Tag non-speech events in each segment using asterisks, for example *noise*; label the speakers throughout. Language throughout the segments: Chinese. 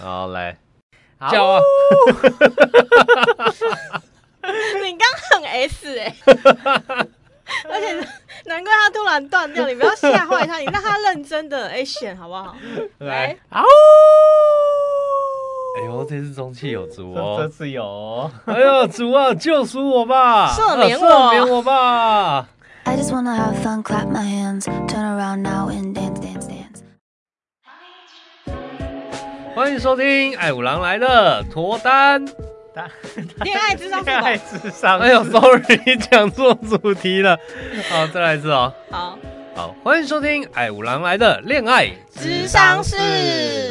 Speaker 1: 好，来
Speaker 2: 好
Speaker 1: 叫啊！
Speaker 3: *laughs* 你刚很 S 哎、而且难怪他突然断掉，你不要吓坏他，你让他认真的哎、选好不好？
Speaker 1: 来，
Speaker 2: 啊呜！
Speaker 1: 哎呦，这次中气有足
Speaker 2: 这这
Speaker 1: 哦！
Speaker 2: 次有哦，
Speaker 1: 哎呦，主啊，救赎我吧，
Speaker 3: 赦免我
Speaker 1: 啊赦免我吧！
Speaker 4: I just wanna have fun, clap my hands, turn around now and dance, dance, dance.
Speaker 1: 欢迎收听《爱五郎来了》脱单。
Speaker 2: 大
Speaker 3: 恋爱智商
Speaker 2: 爱
Speaker 3: 不
Speaker 2: 智商，
Speaker 1: 哎呦，sorry，讲 *laughs* 错主题了。好，再来一次哦。
Speaker 3: 懂，好，
Speaker 1: 好，欢迎收听《爱五郎来的恋爱》。
Speaker 3: 智商是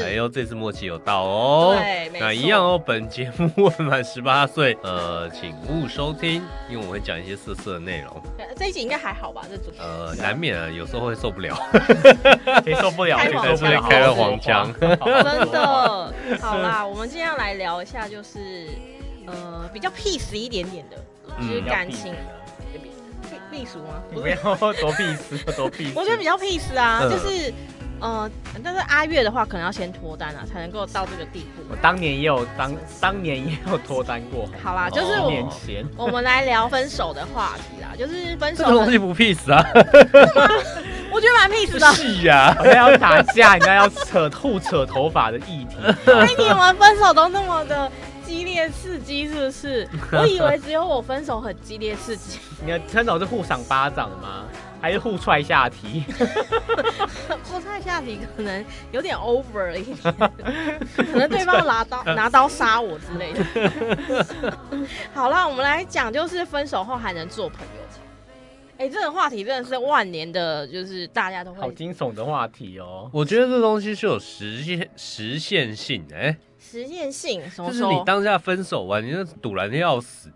Speaker 1: 哎呦，这次默契有到哦。
Speaker 3: 对没错
Speaker 1: 那一样哦。本节目未满十八岁，呃，请勿收听，因为我们会讲一些色色的内容，
Speaker 3: 这一集应该还好吧？这主题
Speaker 1: 呃，难免啊，有时候会受不了。
Speaker 2: 谁受不了？
Speaker 3: 开
Speaker 2: 谁
Speaker 3: 黄
Speaker 2: 受不了？
Speaker 3: 腔开了
Speaker 1: 黄腔
Speaker 3: 真的好啦，我们今天要来聊一下，就是呃比较 peace 一点点的，就是
Speaker 1: 嗯
Speaker 3: 感情避避暑吗？
Speaker 2: 你
Speaker 3: 不
Speaker 2: *laughs* 不
Speaker 3: 是
Speaker 2: 要，多屁事，多屁事。
Speaker 3: 我觉得比较 peace 啊，
Speaker 1: 嗯
Speaker 3: 就是呃，但是阿月的话可能要先脱单啊，才能够到这个地步
Speaker 2: 我。当年也有当，当年也有脱单过，
Speaker 3: 好啦，就是
Speaker 1: 哦
Speaker 2: 十
Speaker 3: 我。
Speaker 2: 年前。
Speaker 3: 我们来聊分手的话题啦， *laughs* 就是分
Speaker 1: 这
Speaker 3: 手
Speaker 1: 个东
Speaker 3: 的，
Speaker 1: 西不 peace
Speaker 2: *laughs*
Speaker 1: 啊，
Speaker 3: 我觉得蛮 peace
Speaker 1: 不
Speaker 2: 啊
Speaker 3: 的。
Speaker 1: 是啊呀。
Speaker 2: 好像要打架，你知道要扯互扯头发的议
Speaker 3: *laughs*
Speaker 2: 题，
Speaker 3: 哎，你们分手都那么的激烈刺激，是不
Speaker 1: *laughs*
Speaker 3: 是？我以为只有我分手很激烈刺激， *laughs*
Speaker 2: 你的分手是互赏巴掌吗？还是互踹下体？
Speaker 3: 我猜下题可能有点 over 了一点， *laughs* 可能对方
Speaker 1: *laughs*
Speaker 3: 拿刀拿刀杀我之类的。 *laughs* 好啦，我们来讲，就是分手后还能做朋友。哎、这个话题真的是万年的，就是大家都
Speaker 2: 好
Speaker 3: 会
Speaker 2: 惊悚的话题哦！
Speaker 1: 我觉得这东西是有实现实现性的，哎、
Speaker 3: 实验性，什
Speaker 1: 就
Speaker 3: 么
Speaker 1: 是
Speaker 3: 时
Speaker 1: 你
Speaker 3: 候？
Speaker 1: 当下分手完，你就堵然的要死，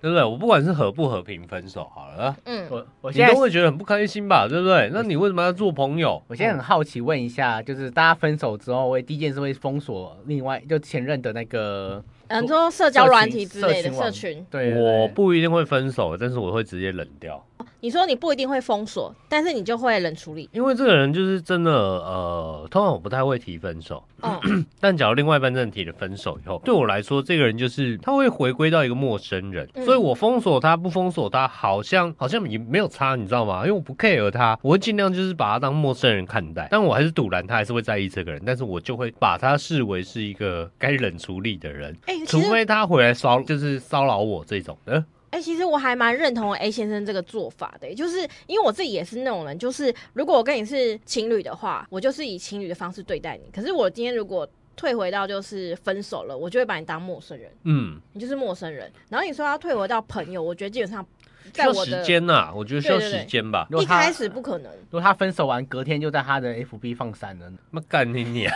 Speaker 1: 对不对？我不管是和不和平分手好了，
Speaker 3: 嗯，
Speaker 2: 我我
Speaker 1: 你
Speaker 2: 现在
Speaker 1: 都会觉得很不开心吧，对不对？那你为什么要做朋友？
Speaker 2: 我现在很好奇，问一下，就是大家分手之后，会第一件事会封锁另外就前任的那个
Speaker 3: 很多社交软体之类的社群，
Speaker 2: 对，
Speaker 1: 嗯我
Speaker 2: 对
Speaker 1: 不一定会分手，但是我会直接冷掉，
Speaker 3: 你说你不一定会封锁，但是你就会冷处理。
Speaker 1: 因为这个人就是真的，呃，通常我不太会提分手，
Speaker 2: 嗯 *clears throat*
Speaker 3: 哦，
Speaker 1: 但假如另外一半真的提了分手以后，对我来说，这个人就是他会回归到一个陌生人，
Speaker 3: 嗯
Speaker 1: 所以我封锁他不封锁他，好像好像也没有差，你知道吗？因为我不 care 他，我会尽量就是把他当陌生人看待，但我还是堵拦他，还是会在意这个人，但是我就会把他视为是一个该冷处理的人，
Speaker 3: 哎、
Speaker 1: 除
Speaker 3: 其实
Speaker 1: 非他回来骚就是骚扰我这种的。
Speaker 3: 哎、其实我还蛮认同 A 先生这个做法的、就是因为我自己也是那种人，就是如果我跟你是情侣的话，我就是以情侣的方式对待你。可是我今天如果退回到就是分手了，我就会把你当陌生人，
Speaker 1: 嗯，
Speaker 3: 你就是陌生人。然后你说要退回到朋友，我觉得基本上
Speaker 1: 需
Speaker 3: 在
Speaker 1: 要
Speaker 3: 我
Speaker 1: 时
Speaker 3: 的
Speaker 1: 间呐、我觉得需要
Speaker 3: 对对对
Speaker 1: 时间吧。
Speaker 2: 如果
Speaker 3: 一
Speaker 2: 他
Speaker 3: 开始不可能。
Speaker 2: 如果他分手完隔天就在他的 FB 放闪了，
Speaker 1: 那干你你、啊，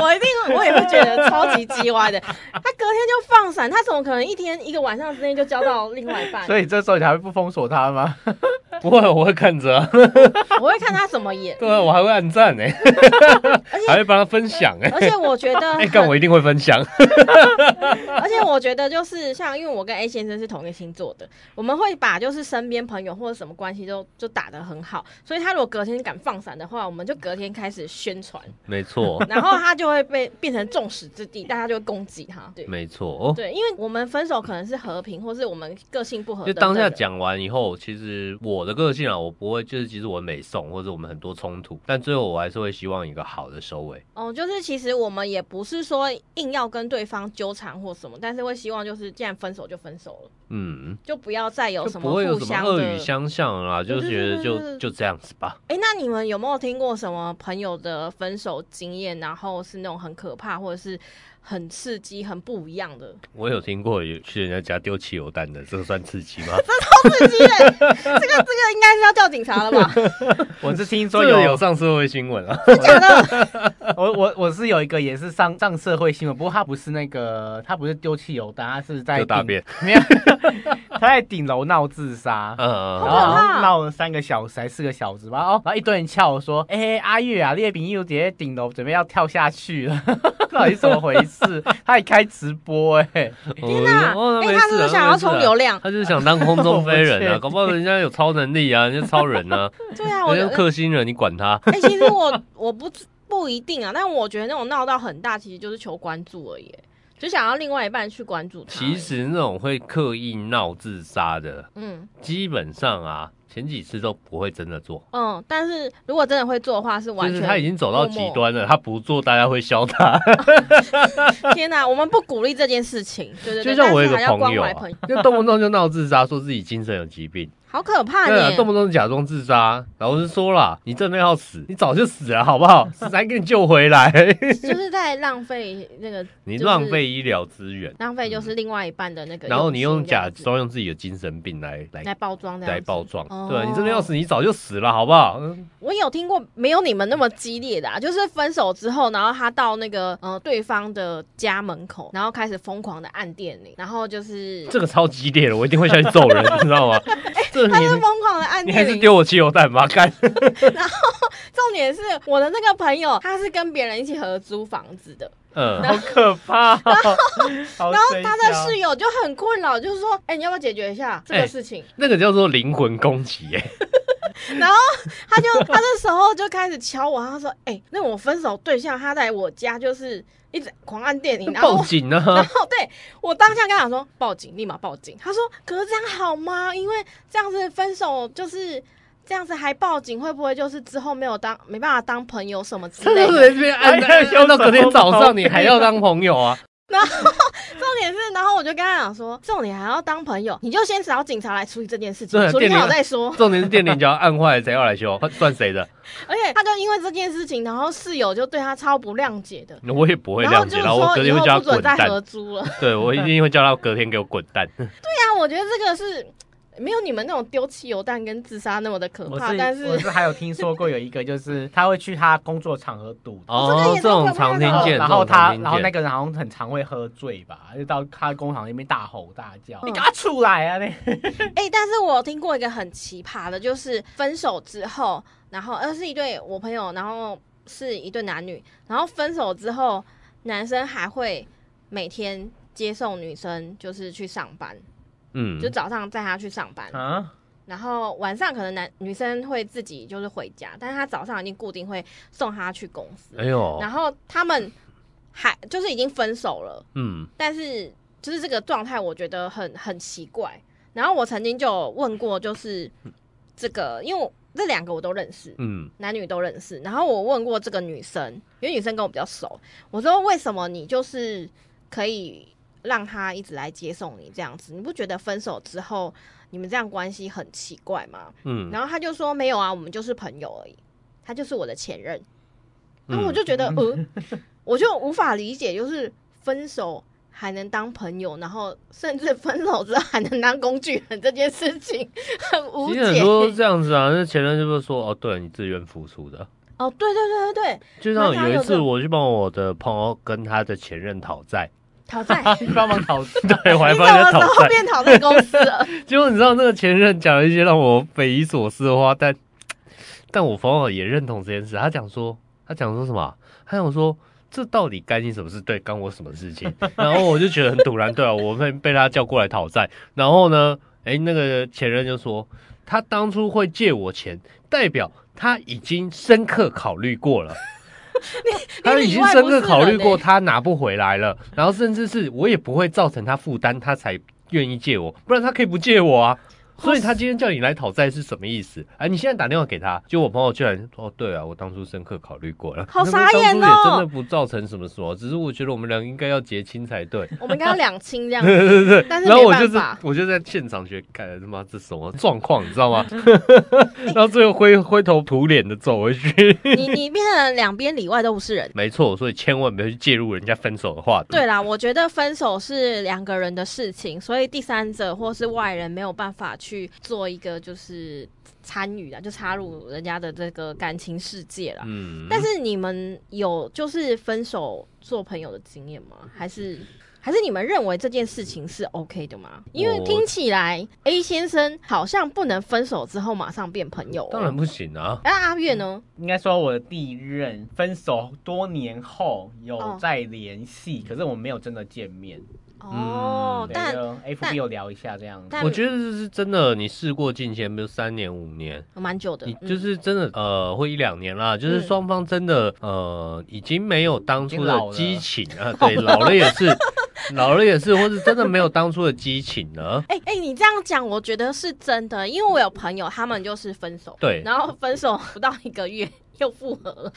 Speaker 3: 我一定，我也会觉得超级鸡歪的。他隔天就放闪，他怎么可能一天一个晚上之内就交到另外
Speaker 1: 啊
Speaker 3: 一半？
Speaker 2: 所以这时候你还会不封锁他
Speaker 1: *laughs*
Speaker 2: 吗？
Speaker 1: 不会，我会看着啊，
Speaker 3: 我会看他怎么演，
Speaker 1: 对啊，我还会按赞呢、 *laughs* 还会帮他分享哎、
Speaker 3: 而且我觉
Speaker 1: *laughs*
Speaker 3: 得 *laughs*
Speaker 1: 哎，干、我一定会分享。
Speaker 3: 而且我觉得就是像，因为我跟 A 先生是同一个星座的，我们会把就是身边朋友或者什么关系都就打得很好，所以他如果隔天敢放闪的话，我们就隔天开始宣传，
Speaker 1: *laughs* 没错，
Speaker 3: 然后他就会被变成众矢之的，大家就会攻击他。对
Speaker 1: 没错。哦
Speaker 3: 对，因为我们分手可能是和平，或是我们个性不合
Speaker 1: 就
Speaker 3: 等等的，
Speaker 1: 当下讲完以后，其实我的个性啊，我不会就是，其实我美送或者我们很多冲突，但最后我还是会希望一个好的收尾。
Speaker 3: 哦，就是其实我们也不是说硬要跟对方纠缠或什么，但是会希望就是既然分手就分手了，
Speaker 1: 嗯，就
Speaker 3: 就不要再有什么
Speaker 1: 不会有
Speaker 3: 互
Speaker 1: 什么
Speaker 3: 相
Speaker 1: 恶
Speaker 3: 的。
Speaker 1: 语相向啦，就
Speaker 3: 对
Speaker 1: 是
Speaker 3: 对
Speaker 1: 觉得就
Speaker 3: 对对对
Speaker 1: 就这样子吧。
Speaker 3: 哎、那你们有没有听过什么朋友的分手经验，然后是那种很可怕或者是很刺激、很不一样 *laughs* 的？
Speaker 1: 我有听过有去人家家丢汽油弹的，这个算刺激
Speaker 3: *laughs*
Speaker 1: 吗？
Speaker 3: 刺激嘞！这个这个应该是要叫警察了吧？
Speaker 2: 我是听
Speaker 1: 这
Speaker 2: 说
Speaker 1: 个有
Speaker 2: 有，
Speaker 1: 上社会新
Speaker 3: *laughs*
Speaker 1: 闻啊。
Speaker 2: 我我我是有一个也是上上社会新闻，不过他不是那个，他不是丢汽油弹，他是在
Speaker 1: 就大
Speaker 2: 顶
Speaker 3: *laughs*
Speaker 1: 便，
Speaker 2: 没有， *laughs* 他在顶楼闹自杀。
Speaker 1: 嗯嗯，
Speaker 2: 然
Speaker 1: 嗯
Speaker 3: 好可怕
Speaker 2: 后闹了三个小时还是四个小时吧，哦，然后一堆人撬我说：“哎、阿月啊，列饼又直接顶楼准备要跳下去了， *laughs* 到底怎么回
Speaker 3: *laughs*
Speaker 2: 事？”他还开直播哎、
Speaker 3: 天哪！
Speaker 1: 哦
Speaker 3: 哎、
Speaker 1: 没
Speaker 3: 他是
Speaker 1: 事
Speaker 3: 不
Speaker 1: 啊
Speaker 3: 是想要
Speaker 1: 没事啊
Speaker 3: 冲流量？
Speaker 1: 他就是想当空中飞人
Speaker 2: 我不
Speaker 3: *laughs*
Speaker 2: 确
Speaker 1: 啊，
Speaker 2: 定
Speaker 1: 搞不好人家有超能力啊，人家超人啊，
Speaker 3: *laughs* 对啊，我
Speaker 1: 人
Speaker 3: 觉
Speaker 1: 家
Speaker 3: 得
Speaker 1: 克星人，你管他？
Speaker 3: 哎、其实我我不知不一定啊，但我觉得那种闹到很大，其实就是求关注而已，就想要另外一半去关注他。
Speaker 1: 其，实那种会刻意闹自杀的，
Speaker 3: 嗯
Speaker 1: 基本上啊，前几次都不会真的做。
Speaker 3: 嗯，但是如果真的会做的话，是完
Speaker 1: 就
Speaker 3: 全
Speaker 1: 是他已经走到极
Speaker 3: 默默
Speaker 1: 端了，他不做大家会笑
Speaker 3: *laughs*
Speaker 1: 他。
Speaker 3: 天哪、我们不鼓励这件事情，对对对，
Speaker 1: 就像我有一个
Speaker 3: 但是还要
Speaker 1: 朋
Speaker 3: 关
Speaker 1: 友、
Speaker 3: 怀
Speaker 1: 啊
Speaker 3: 朋友，
Speaker 1: 就动不动就闹自杀，说自己精神有疾病，
Speaker 3: 好可怕
Speaker 1: 对啊，
Speaker 3: 耶！
Speaker 1: 动不动就假装自杀。啊老师说了，你真的要死，你早就死了，好不
Speaker 3: *laughs*
Speaker 1: 好？死才给你救回来，
Speaker 3: 就是在浪费那个
Speaker 1: 你
Speaker 3: 就是
Speaker 1: 浪费医疗资源，
Speaker 3: 浪费，就是另外一半的那个心这样子。
Speaker 1: 嗯然后你用假装用自己的精神病来来
Speaker 3: 来包装这样
Speaker 1: 来
Speaker 3: 子
Speaker 1: 包装，
Speaker 3: 哦
Speaker 1: 对啊你真的要死，你早就死了，好不好？嗯
Speaker 3: 我有听过没有你们那么激烈的、啊，就是分手之后，然后他到那个呃对方的家门口，然后开始疯狂的按电铃，然后就是
Speaker 1: 这个超激烈的，我一定会下去揍
Speaker 3: *laughs*
Speaker 1: 人，你知道吗？这
Speaker 3: 哎他是
Speaker 1: 你
Speaker 3: 疯狂的按
Speaker 1: 你还
Speaker 3: 电
Speaker 1: 是
Speaker 3: 铃。
Speaker 1: 丢我汽油弹吧，干！
Speaker 3: 重点是我的那个朋友，他是跟别人一起合租房子的， *laughs*
Speaker 1: 嗯，
Speaker 2: 好可怕、哦。然
Speaker 3: 然后他的室友就很困扰，就是说，哎、你要不要解决一下
Speaker 1: *laughs*
Speaker 3: 这
Speaker 1: 哎
Speaker 3: 个事情？
Speaker 1: 那个叫做灵魂攻击，哎，
Speaker 3: 他就他那时候就开始敲我，他说：“哎、那我分手对象他在我家就是一直狂按电 *laughs* 铃，然后
Speaker 1: 报
Speaker 3: 我
Speaker 1: 警
Speaker 3: 然
Speaker 1: 啊！
Speaker 3: 后对我当下跟他讲说报警，立马报警。他说：可是这样好吗？因为这样子分手就是这样子还报警，会不会就是之后没有当没办法当朋友什么之
Speaker 1: 他
Speaker 3: 类
Speaker 1: 就
Speaker 3: 的？”
Speaker 1: 在这边按
Speaker 2: 哎呀
Speaker 1: 按到隔天早上，你还要当朋友
Speaker 3: *laughs*
Speaker 1: 啊？
Speaker 3: 重点是，然后我就跟他讲说，这种你还要当朋友，你就先找警察来处理这件事情
Speaker 1: 对，
Speaker 3: 处理
Speaker 1: 电
Speaker 3: 好
Speaker 1: 铃
Speaker 3: 再说。
Speaker 1: 重点是电铃只要按坏了，谁要来修？算谁的？
Speaker 3: 而且他就因为这件事情，然后室友就对他超不谅解的，
Speaker 1: 我也不会
Speaker 3: 然后
Speaker 1: 谅
Speaker 3: 就
Speaker 1: 解，
Speaker 3: 是
Speaker 1: 然后我
Speaker 3: 说
Speaker 1: 隔
Speaker 3: 以
Speaker 1: 天
Speaker 3: 后
Speaker 1: 会叫他
Speaker 3: 不
Speaker 1: 滚
Speaker 3: 准再
Speaker 1: 蛋。
Speaker 3: 合租了。 *laughs*
Speaker 1: 对，我一定会叫他隔天给我滚蛋。
Speaker 3: 对啊，我觉得这个是没有你们那种丢汽油弹跟自杀那么的可
Speaker 2: 我
Speaker 3: 怕，
Speaker 2: 是
Speaker 3: 但
Speaker 2: 我
Speaker 3: 是
Speaker 2: 是还有听说过有一个，就是他会去他工作场合赌，
Speaker 1: 哦，这种常听见，
Speaker 2: 然后
Speaker 1: 这种常
Speaker 2: 他
Speaker 1: 听
Speaker 2: 然后那
Speaker 1: 见
Speaker 2: 个人好像很常会喝醉吧，就到他工厂那边大吼大叫，
Speaker 3: 嗯
Speaker 2: 你给他出来啊！那
Speaker 3: 哎、但是我有听过一个很奇葩的，就是分手之后，然后呃是一对我朋友，然后是一对男女，然后分手之后，男生还会每天接送女生，就是去上班，
Speaker 1: 嗯
Speaker 3: 就，早上载她去上班，
Speaker 2: 啊，
Speaker 3: 然后晚上可能男女生会自己就是回家，但是他早上已经固定会送她去公司，
Speaker 1: 哎呦
Speaker 3: 然，后他们还就是已经分手了。
Speaker 1: 嗯，
Speaker 3: 但是就是这个状态，我觉得很很奇怪。然后我曾经就有问过，就是这个，因为我这两个我都认识，
Speaker 1: 嗯，
Speaker 3: 男女都认识。然后我问过这个女生，因为女生跟我比较熟，我说为什么你就是可以让他一直来接送你这样子？你不觉得分手之后你们这样关系很奇怪吗？
Speaker 1: 嗯，
Speaker 3: 然后他就说没有啊，我们就是朋友而已，他就是我的前任。然后
Speaker 1: 嗯
Speaker 3: 我就觉得，呃，我就无法理解，就是分手还能当朋友，然后甚至分手之后还能当工具人这件事情，很无
Speaker 1: 其
Speaker 3: 解
Speaker 1: 实。很多都这样子啊，那前任就是说，哦，对你自愿付出的。
Speaker 3: 哦，对对对对对，
Speaker 1: 就像有一次，我去帮我的朋友跟他的前任讨
Speaker 3: *laughs*
Speaker 1: 债，
Speaker 3: 讨债。
Speaker 2: *laughs* 你帮忙讨债，
Speaker 1: 对，我还
Speaker 3: 你
Speaker 1: 帮
Speaker 3: 什么
Speaker 1: 他
Speaker 3: 时
Speaker 1: 讨
Speaker 3: 候
Speaker 1: 债。
Speaker 3: 变讨债公司了？
Speaker 1: 结果你知道那个前任讲了一些让我匪夷所思的话，但但我朋友也认同这件事。他讲说，他讲说什么啊？他讲说这到底干你什么事？对，干我什么事情？然后我就觉得很堵然，对啊，我被被他叫过来讨债。然后呢，哎，那个前任就说，他当初会借我钱，代表他已经深刻考虑过了。他已经深刻考虑过他拿不回来了，然后甚至是我也不会造成他负担，他才愿意借我，不然他可以不借我啊。所以他今天叫你来讨债是什么意思？哎、你现在打电话给他，就我朋友居然说，哦，对啊，我当初深刻考虑过了，
Speaker 3: 好傻眼哦
Speaker 1: 那当初也真的不造成什么什么，只是我觉得我们俩应该要结亲才对。
Speaker 3: 我们刚刚两清这样
Speaker 1: 对
Speaker 3: 子，
Speaker 1: *laughs* 对对，
Speaker 3: 嗯但是
Speaker 1: 然后
Speaker 3: 没
Speaker 1: 我就
Speaker 3: 办
Speaker 1: 是
Speaker 3: 法
Speaker 1: 我就在现场学，看他妈这什么状况，你知道
Speaker 3: *laughs*
Speaker 1: 吗？ *laughs* 然后最后灰灰头土脸的走回去。 *laughs*
Speaker 3: 你你变成两边里外都不是人。
Speaker 1: 没错，所以千万不要去介入人家分手的话题。
Speaker 3: 对啦，我觉得分手是两个人的事情，所以第三者或是外人没有办法去做一个就是参与啦，就插入人家的这个感情世界啦。
Speaker 1: 嗯，
Speaker 3: 啊但是你们有就是分手做朋友的经验吗？还是还是你们认为这件事情是 OK 的吗？因为
Speaker 1: 我
Speaker 3: 听起来 A 先生好像不能分手之后马上变朋友、哦，
Speaker 1: 当然不行啊。
Speaker 3: 那阿月呢？
Speaker 2: 应该说我的第一任分手多年后有
Speaker 3: 哦
Speaker 2: 在联系，可是我们没有真的见面。
Speaker 3: 哦，
Speaker 1: 嗯
Speaker 3: 但
Speaker 2: F
Speaker 3: 但
Speaker 2: B 有聊一下这样，
Speaker 3: 但
Speaker 1: 我觉得这是真的，你事过境迁，比如三年五年，
Speaker 3: 蛮久的
Speaker 1: 你，
Speaker 3: 嗯
Speaker 1: 就是真的呃，会一两年啦，就是
Speaker 3: 嗯
Speaker 1: 双方真的呃，已经没有当初的激情啊，对，
Speaker 3: 老了
Speaker 1: 老了也是，老了也是，或是真的没有当初的激情了。
Speaker 3: 哎、哎、你这样讲，我觉得是真的，因为我有朋友，他们就是分手，
Speaker 1: 对
Speaker 3: 然后分手不到一个月又复合了，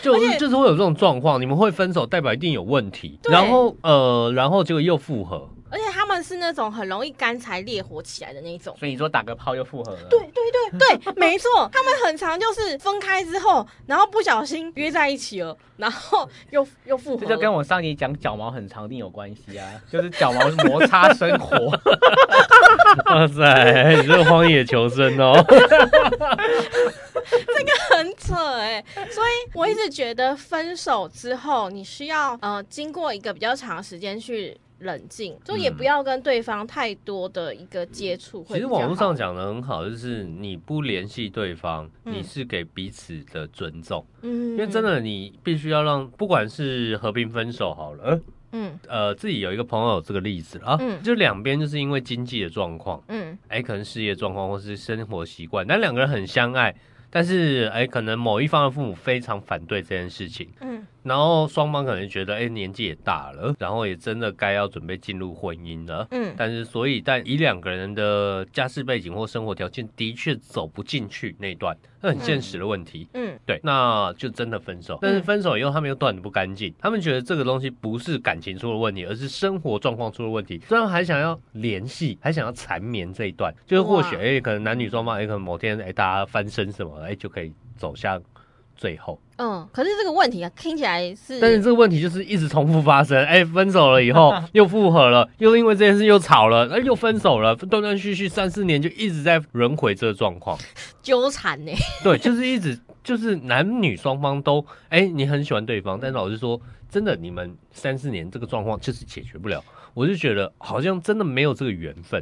Speaker 1: 就是就是会有这种状况，你们会分手，代表一定有问题。
Speaker 3: 对
Speaker 1: 然后呃，然后结果又复合，
Speaker 3: 而且他们是那种很容易干柴烈火起来的那一种。
Speaker 2: 所以你说打个炮又复合了，
Speaker 3: 对，对对对，没错，他们很常就是分开之后，然后不小心约在一起了，然后又又复合
Speaker 2: 这
Speaker 3: 了。
Speaker 2: 就跟我上集讲脚毛很长一定有关系啊，就是脚毛是摩擦生
Speaker 3: *laughs*
Speaker 2: 活，
Speaker 1: 哇塞，你这个荒野求生
Speaker 3: *laughs*
Speaker 1: 哦。
Speaker 3: 很扯哎、所以我一直觉得分手之后，你需要呃经过一个比较长的时间去冷静，就也
Speaker 1: 嗯
Speaker 3: 不要跟对方太多的一个接触。
Speaker 1: 其
Speaker 3: 会
Speaker 1: 实
Speaker 3: 比较
Speaker 1: 网络上
Speaker 3: 好
Speaker 1: 讲的很好，就是你不联系对方，
Speaker 3: 嗯
Speaker 1: 你是给彼此的尊重，
Speaker 3: 嗯，
Speaker 1: 因为真的你必须要让，不管是和平分手好了，
Speaker 3: 嗯，
Speaker 1: 呃，自己有一个朋友有这个例子啊，
Speaker 3: 嗯
Speaker 1: 就两边就是因为经济的状况，
Speaker 3: 嗯
Speaker 1: 哎，可能事业状况或是生活习惯，但两个人很相爱，但是哎，可能某一方的父母非常反对这件事情，
Speaker 3: 嗯嗯
Speaker 1: 然后双方可能觉得哎年纪也大了，然后也真的该要准备进入婚姻了。
Speaker 3: 嗯
Speaker 1: 但是，所以，但以两个人的家世背景或生活条件，的确走不进去那一段，那很现实的问题。
Speaker 3: 嗯
Speaker 1: 对，那就真的分手。但是分手以后，他们又断的不干净，他们觉得这个东西不是感情出了问题，而是生活状况出了问题。虽然还想要联系，还想要缠绵这一段，就是或许
Speaker 3: 哇
Speaker 1: 哎、可能男女双方哎、可能某天哎、大家翻身什么，哎、就可以走向最后。
Speaker 3: 嗯。可是这个问题啊，听起来是，
Speaker 1: 但是这个问题就是一直重复发生，哎、分手了以
Speaker 3: *laughs*
Speaker 1: 后又复合了，又因为这件事又吵了，哎、又分手了，断断续续三四年就一直在轮回这个状况。
Speaker 3: 纠缠呢、
Speaker 1: 对，就是一直就是男女双方都，哎、你很喜欢对方，但老实说，真的你们三四年这个状况就是解决不了。我就觉得好像真的没有这个缘分，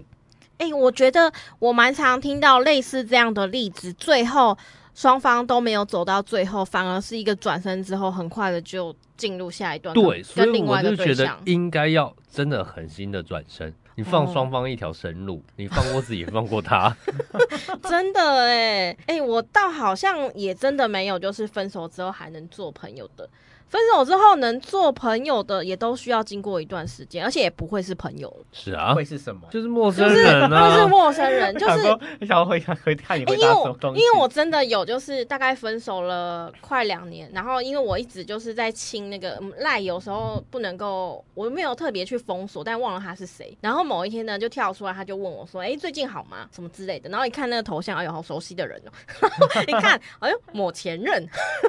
Speaker 3: 哎、我觉得我蛮常听到类似这样的例子，最后双方都没有走到最后，反而是一个转身之后，很快的就进入下一段，
Speaker 1: 对，所
Speaker 3: 跟
Speaker 1: 以
Speaker 3: 另
Speaker 1: 我
Speaker 3: 外一个
Speaker 1: 就
Speaker 3: 对
Speaker 1: 觉得
Speaker 3: 象。
Speaker 1: 应该要真的狠心的转身，你放
Speaker 3: 哦
Speaker 1: 双方一条生路，你放过自己，也放过他。
Speaker 3: 哦真的哎、欸、哎、我倒好像也真的没有，就是分手之后还能做朋友的。分手之后能做朋友的，也都需要经过一段时间，而且也不会是朋友了，
Speaker 1: 是啊，
Speaker 2: *laughs* 会是什么？
Speaker 1: 就是陌
Speaker 3: 就
Speaker 1: 生
Speaker 3: 是
Speaker 1: 人啊，
Speaker 3: 会是陌生人，就
Speaker 2: 想
Speaker 3: 是
Speaker 2: 说想要回想回看你
Speaker 3: 欸
Speaker 2: 回
Speaker 3: 因
Speaker 2: 答
Speaker 3: 为
Speaker 2: 什么
Speaker 3: 我
Speaker 2: 东西，啊
Speaker 3: 因为我真的有，就是大概分手了快两年，然后因为我一直就是在清那个嗯赖，有时候不能够，我没有特别去封锁，但忘了他是谁。然后某一天呢，就跳出来，他就问我说：“哎、最近好吗？什么之类的。”然后一看那个头像，哎呦，好熟悉的人哦、 *laughs* 一看，哎呦，某前任。 *laughs*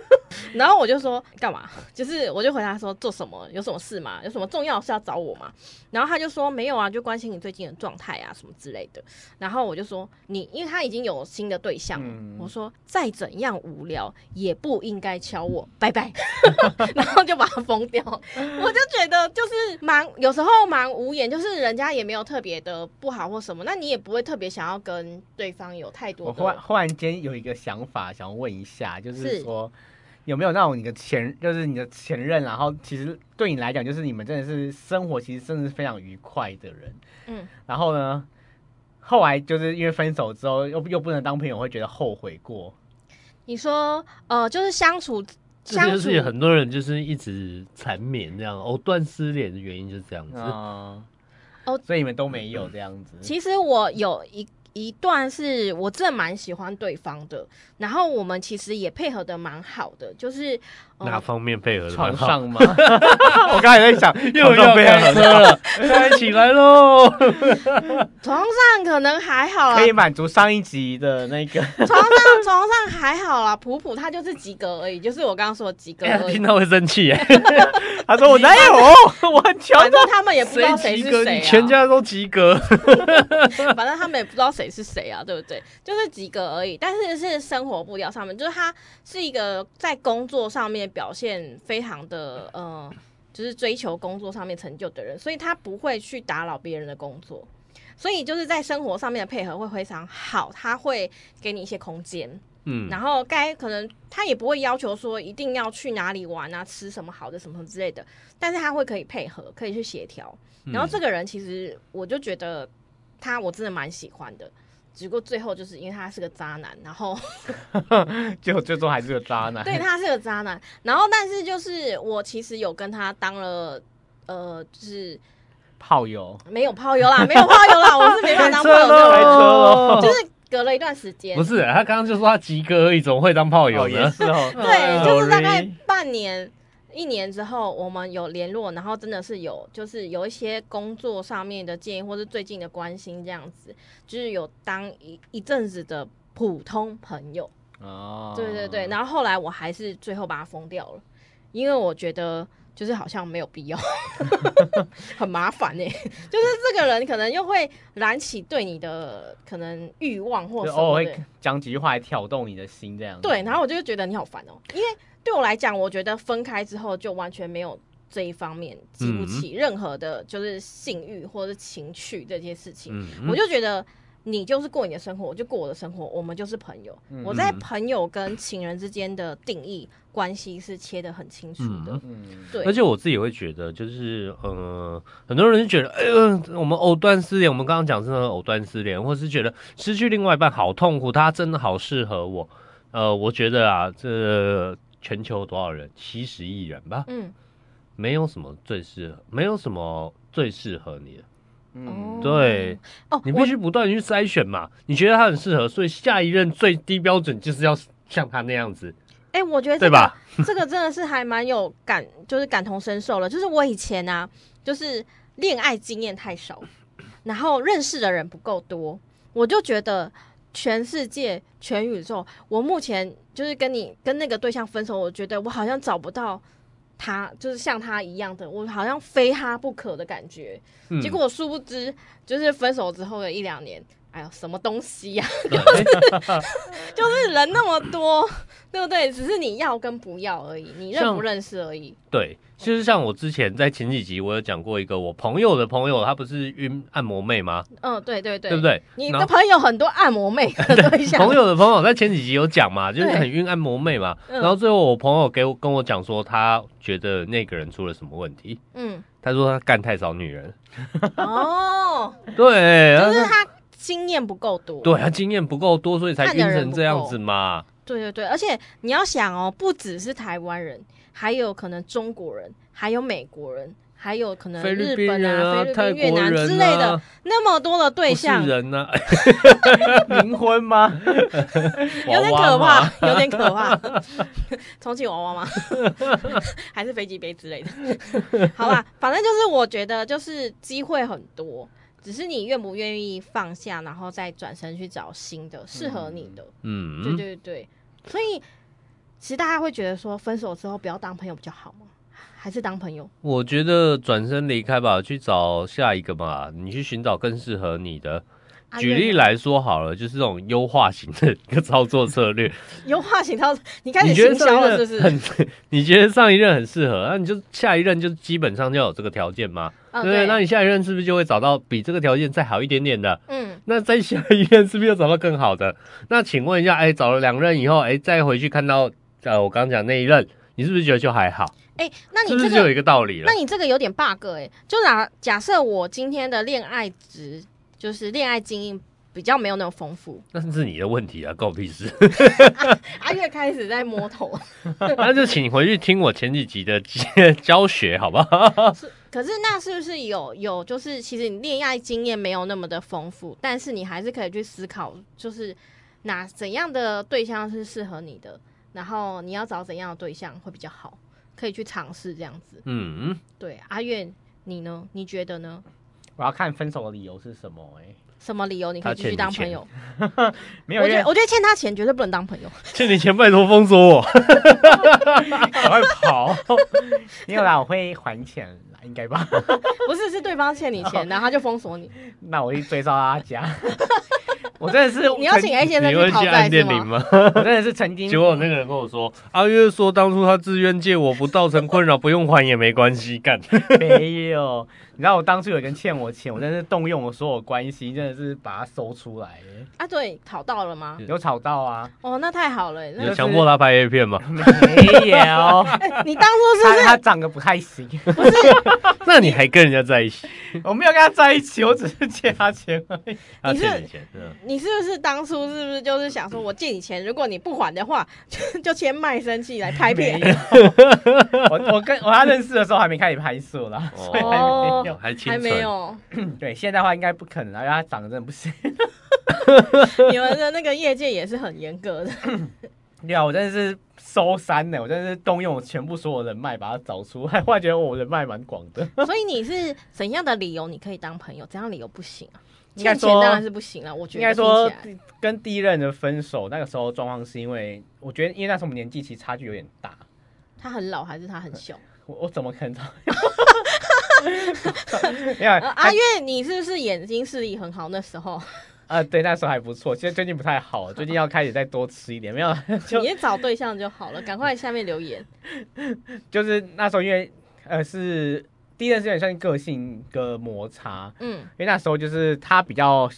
Speaker 3: 然后我就说干嘛？就是我就回答说做什么？有什么事吗？有什么重要的事要找我吗？然后他就说没有啊，就关心你最近的状态啊什么之类的。然后我就说你，因为他已经有新的对象了，
Speaker 2: 嗯
Speaker 3: 我说再怎样无聊也不应该敲我，拜拜。 *laughs* 然后就把他封掉。我就觉得就是蛮有时候蛮无言，就是人家也没有特别的不好或什么，那你也不会特别想要跟对方有太多
Speaker 2: 我
Speaker 3: 的
Speaker 2: 忽然忽然间有一个想法，想问一下，就是
Speaker 3: 是
Speaker 2: 说有没有那种你的前，就是你的前任，啊然后其实对你来讲，就是你们真的是生活其实真的是非常愉快的人，
Speaker 3: 嗯
Speaker 2: 然后呢，后来就是因为分手之后又又不能当朋友，会觉得后悔过，
Speaker 3: 你说，呃，就是相处
Speaker 1: 这
Speaker 3: 相
Speaker 1: 就
Speaker 3: 处
Speaker 1: 是很多人就是一直缠绵这样，藕断丝连的原因就是这样子。
Speaker 2: 嗯，
Speaker 3: 哦
Speaker 2: 所以你们都没有这样
Speaker 1: 嗯
Speaker 2: 子，
Speaker 3: 其实我有一一段是我真的蛮喜欢对方的，然后我们其实也配合的蛮好的，就是、
Speaker 1: 哪
Speaker 3: 呃、
Speaker 1: 方面配合的
Speaker 2: 床
Speaker 1: 蛮好？
Speaker 2: 上吗？ *laughs* 我刚才在想，
Speaker 1: 又
Speaker 2: 床上
Speaker 1: 要
Speaker 2: 非
Speaker 1: 开
Speaker 2: 常
Speaker 1: 车 *laughs* 了，开起来喽！
Speaker 3: 床上可能还好啦
Speaker 2: 可，以满足上一集的那 *laughs* 个，
Speaker 3: 床上床上还好啦，普普他就是及格而已，就是我刚刚说的及 *laughs* 格
Speaker 1: *laughs* 哎呀
Speaker 3: 而已
Speaker 1: 听。到会生气哎，
Speaker 2: 他说我哪有， *laughs* 我很强
Speaker 3: 反正他们也不知道
Speaker 1: 及
Speaker 3: 是
Speaker 1: 格？
Speaker 3: 谁、
Speaker 1: 你
Speaker 3: 啊，
Speaker 1: 全家都及
Speaker 3: *laughs*
Speaker 1: 格。
Speaker 3: 反正他们也不知道谁是谁啊，对不对？就是及格而已，但是是生活步调上面，就是他是一个在工作上面表现非常的呃，就是追求工作上面成就的人，所以他不会去打扰别人的工作，所以就是在生活上面的配合会非常好，他会给你一些空间。
Speaker 1: 嗯，
Speaker 3: 然后该可能他也不会要求说一定要去哪里玩啊，吃什么好的什么之类的，但是他会可以配合，可以去协调。
Speaker 1: 嗯
Speaker 3: 然后这个人其实我就觉得他我真的蛮喜欢的，只不过最后就是因为他是个渣男，然后
Speaker 2: 就最终还是个渣男。
Speaker 3: 对，他是个渣男，然后但是就是我其实有跟他当了。呃，就是
Speaker 2: 炮友，
Speaker 3: 没有炮友啦，没有炮友啦，我是没办法当炮友
Speaker 2: 开
Speaker 3: 的，
Speaker 2: 车喽
Speaker 3: 就是隔了一段时间，
Speaker 1: 不是他刚刚就说他及格而已，怎么会当炮友
Speaker 2: 哦也
Speaker 1: 呢？
Speaker 2: 是 *laughs* 哦，
Speaker 3: 对，就是大概
Speaker 2: Sorry
Speaker 3: 半年、一年之后，我们有联络，然后真的是有，就是有一些工作上面的建议，或是最近的关心这样子，就是有当一一阵子的普通朋友。
Speaker 2: 哦，
Speaker 3: 对对对，然后后来我还是最后把他封掉了，因为我觉得。就是好像没有必要， *laughs* 很麻烦呢、 *laughs* 就是这个人可能又会燃起对你的可能欲望或
Speaker 2: 就
Speaker 3: 什
Speaker 2: 偶尔
Speaker 3: 么的。
Speaker 2: 会讲几句话来挑动你的心，这样子
Speaker 3: 对，然后我就觉得你好烦哦、因为对我来讲，我觉得分开之后就完全没有这一方面激
Speaker 2: 嗯
Speaker 3: 不起任何的，就是性欲或者是情趣这些事情，
Speaker 1: 嗯，
Speaker 3: 我就觉得。你就是过你的生活，我就过我的生活，我们就是朋友。
Speaker 2: 嗯
Speaker 3: 我在朋友跟情人之间的定义关系是切得很清楚的。
Speaker 1: 嗯
Speaker 2: 嗯，
Speaker 3: 对，
Speaker 1: 而且我自己也会觉得，就是呃，很多人就觉得，哎、呦，我们藕断丝连，我们刚刚讲是那个藕断丝连，或是觉得失去另外一半好痛苦，他真的好适合我。呃，我觉得啊，这全球多少人，七十亿人吧，
Speaker 3: 嗯，
Speaker 1: 没有什么最适合，没有什么最适合你的。
Speaker 2: 嗯，
Speaker 3: 哦
Speaker 1: 对，
Speaker 3: 哦，
Speaker 1: 你
Speaker 3: 我
Speaker 1: 必须不断地去筛选嘛，你觉得他很适合，所以下一任最低标准就是要像他那样子，
Speaker 3: 哎、我觉得这
Speaker 1: 对
Speaker 3: 个
Speaker 1: 吧？
Speaker 3: 这个真的是还蛮有感，就是感同身受了。就是我以前啊，就是恋爱经验太少，然后认识的人不够多，我就觉得全世界、全宇宙，我目前就是跟你跟那个对象分手，我觉得我好像找不到他，就是像他一样的，我好像非他不可的感觉。
Speaker 1: 嗯
Speaker 3: 结果殊不知，就是分手之后的一两年，哎呦，什么东西
Speaker 1: *laughs*
Speaker 3: 呀、 *laughs* 就是人那么多，对不对？只是你要跟不要而已，你认
Speaker 1: 像
Speaker 3: 不认识而已。
Speaker 1: 对，其实像我之前在前几集我有讲过一个我朋友的朋友，他不是晕按摩妹吗？
Speaker 3: 嗯，对对对，
Speaker 1: 对不？对？
Speaker 3: 你
Speaker 1: 然
Speaker 3: 的
Speaker 1: 后
Speaker 3: 朋友很多按摩妹的对象，
Speaker 1: *laughs* 朋友的朋友在前几集有讲嘛，就是
Speaker 3: 对
Speaker 1: 很晕按摩妹嘛。
Speaker 3: 嗯
Speaker 1: 然后最后我朋友给我跟我讲说，他觉得那个人出了什么问题。
Speaker 3: 嗯，
Speaker 1: 他说他干太少女
Speaker 3: *laughs*
Speaker 1: 人，
Speaker 3: 哦，
Speaker 1: 对，
Speaker 3: 就
Speaker 1: 他
Speaker 3: 是
Speaker 1: 说
Speaker 3: 他经验不够多。
Speaker 1: 对他经验不够多，所以才
Speaker 3: 看
Speaker 1: 晕
Speaker 3: 的人
Speaker 1: 成这样子嘛。
Speaker 3: 对对对，而且你要想哦，不只是台湾人，还有可能中国人，还有美国人。还有可能
Speaker 1: 菲律
Speaker 3: 日
Speaker 1: 宾
Speaker 3: 本
Speaker 1: 人
Speaker 3: 啊、
Speaker 1: 啊
Speaker 3: 菲律，
Speaker 1: 泰
Speaker 3: 宾、越
Speaker 1: 国
Speaker 3: 南
Speaker 1: 人啊
Speaker 3: 之类的，，那么多的对
Speaker 1: 不是
Speaker 3: 象，
Speaker 1: 人啊呢，
Speaker 2: 冥婚吗？
Speaker 3: *laughs* 有点
Speaker 1: 娃
Speaker 3: 可
Speaker 1: 娃嘛。
Speaker 3: 怕，有点可怕。
Speaker 1: *laughs*
Speaker 3: 充气娃娃吗？ *laughs* 还是飞机杯之类的？ *laughs* 好啦，反正就是我觉得就是机会很多，只是你愿不愿意放下，然后再转身去找新的适合你的。对
Speaker 1: *laughs* 嗯，
Speaker 3: 对对，所以其实大家会觉得说，分手之后不要当朋友比较好吗？还是当朋友？
Speaker 1: 我觉得转身离开吧，去找下一个嘛，你去寻找更适合你的。
Speaker 3: 啊
Speaker 1: 举例，来说好了，就是这种优化型的一个操作策略。
Speaker 3: 优化型到你 *laughs* 开
Speaker 1: 你
Speaker 3: 始
Speaker 1: 觉得
Speaker 3: 行
Speaker 1: 上一
Speaker 3: 销
Speaker 1: 任
Speaker 3: 了是不是？
Speaker 1: 很， *laughs* 你觉得上一任很适合，啊那你就下一任就基本上就有这个条件嘛，
Speaker 3: 嗯，
Speaker 1: 对不对？那你下一任是不是就会找到比这个条件再好一点点的？
Speaker 3: 嗯，
Speaker 1: 那再下一任是不是又找到更好的？那请问一下，哎，找了两任以后，哎，再回去看到呃我刚讲那一任，你是不是觉得就还好？
Speaker 3: 哎、那你
Speaker 1: 是不
Speaker 3: 这
Speaker 1: 是
Speaker 3: 个
Speaker 1: 就有一个道理了
Speaker 3: 那？你这个有点 bug 哎、就拿假设我今天的恋爱值，就是恋爱经验比较没有那么丰富，
Speaker 1: 那是你的问题啊，关我屁事。 *laughs*
Speaker 3: 阿月啊开始在摸头，
Speaker 1: 那就请回去听我前几集的 *laughs* 教学，好不好？
Speaker 3: 是 *laughs* 可是那是不是有有就是其实你恋爱经验没有那么的丰富，但是你还是可以去思考，就是哪怎样的对象是适合你的，然后你要找怎样的对象会比较好，可以去尝试这样子。
Speaker 1: 嗯，
Speaker 3: 对，啊阿月你呢？你觉得呢？
Speaker 2: *laughs* 我要看分手的理由是什么？哎，
Speaker 3: 什么理由你可以
Speaker 1: 他
Speaker 3: 继
Speaker 1: 欠
Speaker 3: 续
Speaker 1: 你
Speaker 3: 当
Speaker 1: 钱
Speaker 3: 朋友？
Speaker 2: 没有，
Speaker 3: 我
Speaker 2: 因
Speaker 3: 觉
Speaker 2: 为
Speaker 3: 得我觉得欠他钱绝对不能当朋友。
Speaker 1: 欠你钱拜托封锁
Speaker 3: *laughs*
Speaker 1: 我。
Speaker 2: *laughs* 赶快跑，没有啦，我会还钱啦，应该吧？ *laughs*
Speaker 3: *laughs*
Speaker 2: 哦
Speaker 3: 不是，是对方欠你钱，然后他就封锁你。
Speaker 2: 那我去追到他家。 *laughs* 我真的是，
Speaker 3: 你要请 A 先生
Speaker 1: 你会
Speaker 3: 哎去讨
Speaker 1: 去
Speaker 3: 债
Speaker 1: 按
Speaker 3: 是
Speaker 1: 电铃
Speaker 3: 吗？
Speaker 1: 吗？
Speaker 2: 我真的是曾经
Speaker 1: 结果那个人跟我说，阿月说当初他自愿借我，不造成困扰，不用还也没关系，干。
Speaker 2: 没有，你知道我当初有人欠我钱，我真的是动用我所有关系，真的是把它搜出来哎耶，
Speaker 3: 啊，对，讨到了吗？
Speaker 2: 有吵到啊？
Speaker 3: 哦，那太好了，那
Speaker 1: 有强迫他拍 A 片吗？
Speaker 2: *laughs*
Speaker 3: *laughs*
Speaker 2: 没 *laughs* 有，
Speaker 3: 哎你当初
Speaker 2: 他他
Speaker 3: 是
Speaker 2: 长得不太行， *laughs*
Speaker 1: 那你还跟人家在一起？
Speaker 2: 我没有跟他在一起，我只是借他钱而已。
Speaker 1: 他
Speaker 3: 你是
Speaker 1: 欠你钱，嗯
Speaker 3: 你是不是当初是不是就是想说，我借你钱，如果你不还的话， *laughs* 就就签卖身契来拍片哦
Speaker 2: 没？有，我我跟我他认识的时候还没开始拍摄
Speaker 3: *laughs*
Speaker 2: 啦，所以还没有。
Speaker 1: 哦还清
Speaker 3: 还
Speaker 1: 纯
Speaker 3: 没有，
Speaker 2: 对，现在的话应该不可能啊，因为他长得真的不行。 *laughs*
Speaker 3: 你们的那个业界也是很严格的。
Speaker 2: *laughs* 对啊，我真的是收山呢，我真的是动用我全部所有人脉把他找出来，我觉得我人脉蛮广的。
Speaker 3: 所以你是怎样的理由你可以当朋友，怎样理由不行啊？
Speaker 2: 应该
Speaker 3: 欠
Speaker 2: 说
Speaker 3: 钱当然是不行了，我觉
Speaker 2: 应
Speaker 3: 得
Speaker 2: 该说
Speaker 3: 听起来
Speaker 2: 跟第一任的分手，那个时候状况是因为，我觉得因为那时候我们年纪其实差距有点大，
Speaker 3: 他很老还是他很小？
Speaker 2: 我我怎么可能
Speaker 3: *laughs*
Speaker 2: 讨厌？没有
Speaker 3: 呃阿
Speaker 2: 他
Speaker 3: 月，你是不是眼睛视力很好？那时候
Speaker 2: 呃，对，那时候还不错，现在最近不太好，最近要开始再多吃一点。没有，就
Speaker 3: 你找对象就好了，赶快下面留言。
Speaker 2: 就是那时候因为呃是第一任是有点算个性的摩擦，
Speaker 3: 嗯，
Speaker 2: 因为那时候就是他比较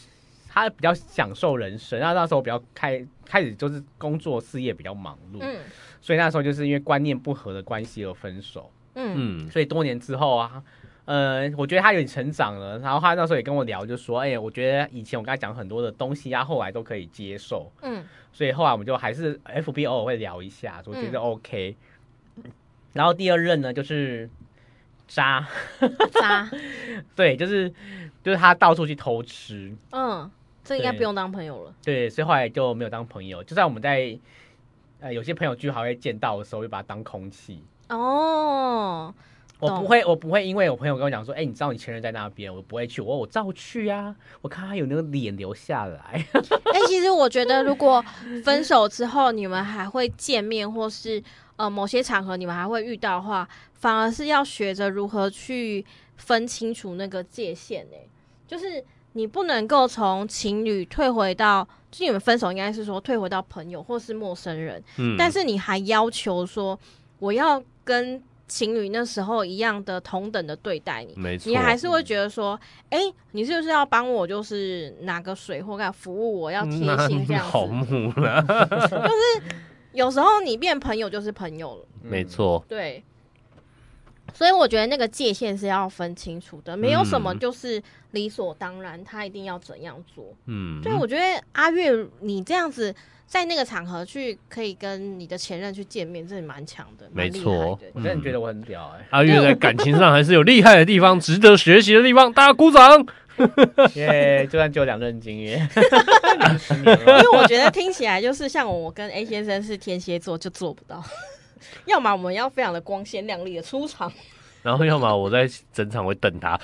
Speaker 2: 他比较享受人生，然后那时候比较开开始就是工作事业比较忙碌，
Speaker 3: 嗯
Speaker 2: 所以那时候就是因为观念不合的关系而分手。
Speaker 3: 嗯
Speaker 1: 嗯，
Speaker 2: 所以多年之后啊，呃，我觉得他有点成长了。然后他那时候也跟我聊，就说，哎、我觉得以前我跟他讲很多的东西啊，后来都可以接受。
Speaker 3: 嗯
Speaker 2: 所以后来我们就还是 FB 偶尔会聊一下，我觉得
Speaker 3: 嗯
Speaker 2: OK。然后第二任呢，就是渣， *laughs*
Speaker 3: 嗯，渣，
Speaker 2: 对，就是就是他到处去偷吃，
Speaker 3: 嗯，这应该
Speaker 2: 对
Speaker 3: 不用当朋友了。
Speaker 2: 对，所以后来就没有当朋友。就算我们在呃有些朋友聚还会见到的时候，就把他当空气。
Speaker 3: 哦，
Speaker 2: 我
Speaker 3: 懂
Speaker 2: 不会，我不会，因为我朋友跟我讲说，哎、你知道你前任在那边，我不会去，我我照去啊，我看他有那个脸留下来，
Speaker 3: 哎、其实我觉得，如果分手之后你们还会见面，或是呃某些场合你们还会遇到的话，反而是要学着如何去分清楚那个界限呢、就是你不能够从情侣退回到，就你们分手应该是说退回到朋友或是陌生人，
Speaker 1: 嗯
Speaker 3: 但是你还要求说我要跟情侣那时候一样的同等的对待你，
Speaker 1: 没错，
Speaker 3: 你还是会觉得说，哎、你是不是要帮我，就是拿个水或干嘛服务我，要贴心这
Speaker 1: 嗯那
Speaker 3: 样
Speaker 1: 好嗯
Speaker 3: 子。嗯
Speaker 1: 木了，
Speaker 3: 有时候你变朋友就是朋友了，
Speaker 1: 没，错，
Speaker 3: 对。所以我觉得那个界限是要分清楚的，没有什么
Speaker 1: 嗯
Speaker 3: 就是理所当然，他一定要怎样做。
Speaker 1: 嗯，
Speaker 3: 对，我觉得阿月你这样子在那个场合去可以跟你的前任去见面，这蛮强的，蛮
Speaker 1: 没
Speaker 3: 厉
Speaker 1: 错
Speaker 3: 害的。
Speaker 2: *laughs* 我真的觉得我很屌哎、
Speaker 1: 阿月在感情上还是有厉害的地方，值得学习的地方，大家鼓掌。嗯
Speaker 2: 耶、就算只有两任经
Speaker 3: *laughs*
Speaker 2: 验， *laughs* 两十
Speaker 1: 哦
Speaker 2: 年
Speaker 3: 因
Speaker 2: 了
Speaker 3: 为我觉得听起来就是像我跟 A 先生是天蝎座就做不到， *laughs* 要么我们要非常的光鲜亮丽的出场，
Speaker 1: 然后要么我在整场会等他，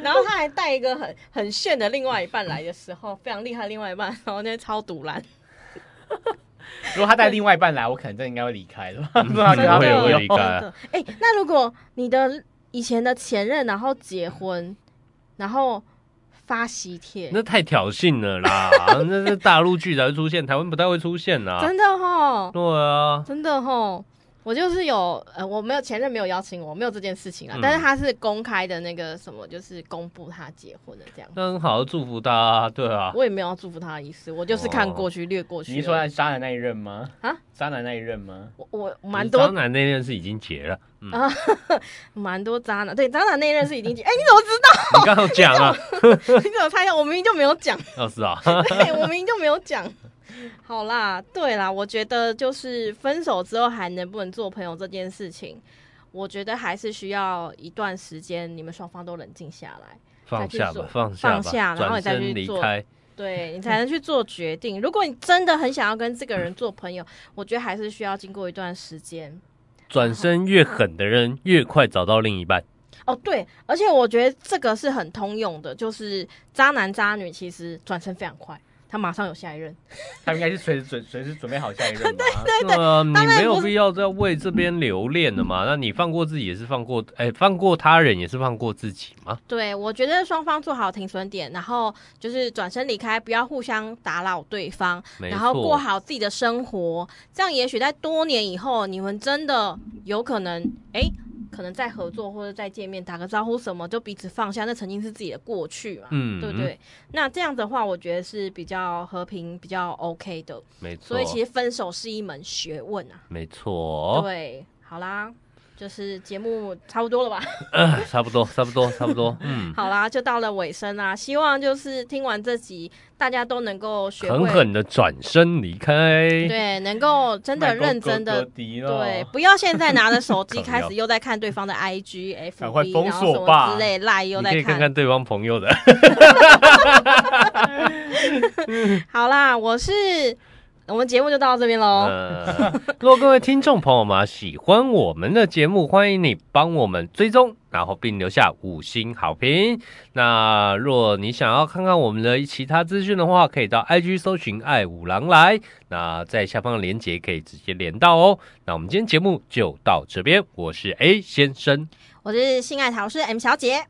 Speaker 3: 然后他还带一个很很炫的另外一半来的时候，非常厉害的另外一半，然后那超毒烂，
Speaker 2: 如果他带另外一半来，我可能真的应该会离开 *laughs* 了，不然
Speaker 1: 真的
Speaker 2: 跟他
Speaker 1: 会
Speaker 2: 没
Speaker 1: 有
Speaker 2: 有
Speaker 1: 会
Speaker 2: 用
Speaker 1: 离
Speaker 3: 真
Speaker 1: 开啊
Speaker 3: 的。哎、那如果你的以前的前任然后结婚，然后发喜帖，
Speaker 1: 那太挑衅了啦！ *laughs* 那是大陆剧才会出现，台湾不太会出现啦。
Speaker 3: 真的哈，
Speaker 1: 对啊，
Speaker 3: 真的吼，我就是有呃，我没有前任没有邀请我，没有这件事情啊。
Speaker 1: 嗯
Speaker 3: 但是他是公开的那个什么，就是公布他结婚的这样。
Speaker 1: 那很好，祝福他啊。对啊，
Speaker 3: 我也没有要祝福他的意思，我就是看过去、略过去而
Speaker 2: 哦
Speaker 3: 已。
Speaker 2: 你是说他渣男那一任吗？
Speaker 3: 啊，
Speaker 2: 渣男那一任吗？
Speaker 3: 我我我蛮多
Speaker 1: 渣男那件事已经结了，嗯，
Speaker 3: 啊蛮多渣男，对渣男那一任是已经结， *laughs* 哎、你怎么知
Speaker 1: 你刚刚有讲
Speaker 3: *laughs*
Speaker 1: 啊，
Speaker 3: 道？你怎么猜到？我明明就没有讲， *laughs*
Speaker 1: 老师啊，
Speaker 3: 对我明明就没有讲。好啦，对啦，我觉得就是分手之后还能不能做朋友这件事情，我觉得还是需要一段时间，你们双方都冷静下来。
Speaker 1: 放下吧，放下吧，
Speaker 3: 放下然
Speaker 1: 转
Speaker 3: 后你再去
Speaker 1: 身离
Speaker 3: 做
Speaker 1: 开。
Speaker 2: *laughs*
Speaker 3: 对你才能去做决定。如果你真的很想要跟这个人做朋友，我觉得还是需要经过一段时间。
Speaker 1: 转身越狠的人，越快找到另一半。
Speaker 3: 哦，对，而且我觉得这个是很通用的，就是渣男渣女其实转身非常快，他马上有下一任。
Speaker 2: 他们应该是随时准随时准备好下一任吧？
Speaker 1: 呃，你
Speaker 3: 当然
Speaker 1: 没有
Speaker 3: 不是
Speaker 1: 必要在为这边留恋的嘛。那你放过自己也是放过，哎、放过他人也是放过自己嘛。
Speaker 3: 对，我觉得双方做好停损点，然后就是转身离开，不要互相打扰对方，
Speaker 1: 没
Speaker 3: 然后过
Speaker 1: 错，
Speaker 3: 好自己的生活。这样也许在多年以后，你们真的有可能，哎、可能再合作或者再见面，打个招呼什么，就彼此放下，那曾经是自己的过去嘛。
Speaker 1: 嗯
Speaker 3: 对不对？那这样的话，我觉得是比较和平、比较 OK 的。
Speaker 1: 没错，
Speaker 3: 所以其实分手是一门学问啊。
Speaker 1: 没错，哦
Speaker 3: 对，好啦，就是节目差不多了吧？ *laughs*
Speaker 1: 呃 *laughs* 差不多，差不多，差不多，嗯，
Speaker 3: 好啦，就到了尾声啦。希望就是听完这集，大家都能够学会，
Speaker 1: 狠狠的转身离开。
Speaker 3: 对，能够 *laughs* 真的
Speaker 2: 麦勾
Speaker 3: 认真
Speaker 2: 勾
Speaker 3: 的
Speaker 2: 勾。滴咯
Speaker 3: 对，不要现在拿着手
Speaker 1: 可
Speaker 3: 机
Speaker 1: 能
Speaker 3: 开
Speaker 1: 要
Speaker 3: 始又在看对方的 IG、
Speaker 2: 赶快
Speaker 3: FB，
Speaker 2: 封
Speaker 3: 然后
Speaker 2: 锁
Speaker 3: 什么
Speaker 2: 吧
Speaker 3: 之类，赖又
Speaker 1: 你
Speaker 3: 在
Speaker 1: 可以看看对方朋友的，
Speaker 3: 好啦，我是我们节目就到这边
Speaker 1: *laughs*
Speaker 3: 喽。
Speaker 1: 呃，如果各位听众朋友们喜欢我们的节目，欢迎你帮我们追踪，然后并留下五星好评。那若你想要看看我们的其他资讯的话，可以到 IG 搜寻“爱五郎来”，那在下方的连结可以直接连到哦。那我们今天节目就到这边，我是 A 先生，
Speaker 3: 我是性爱桃是 M 小姐，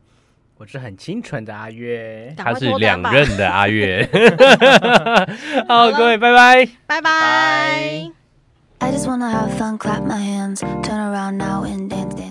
Speaker 2: 我是很清纯的阿月，
Speaker 3: 赶
Speaker 1: 他
Speaker 3: 快
Speaker 1: 是
Speaker 3: 脱单
Speaker 1: 两
Speaker 3: 吧，
Speaker 1: 任的阿月。 *laughs* 好，各位，拜拜。
Speaker 2: 拜
Speaker 3: 拜拜。
Speaker 4: I just wanna have fun, clap my hands, turn around now and dance, dance.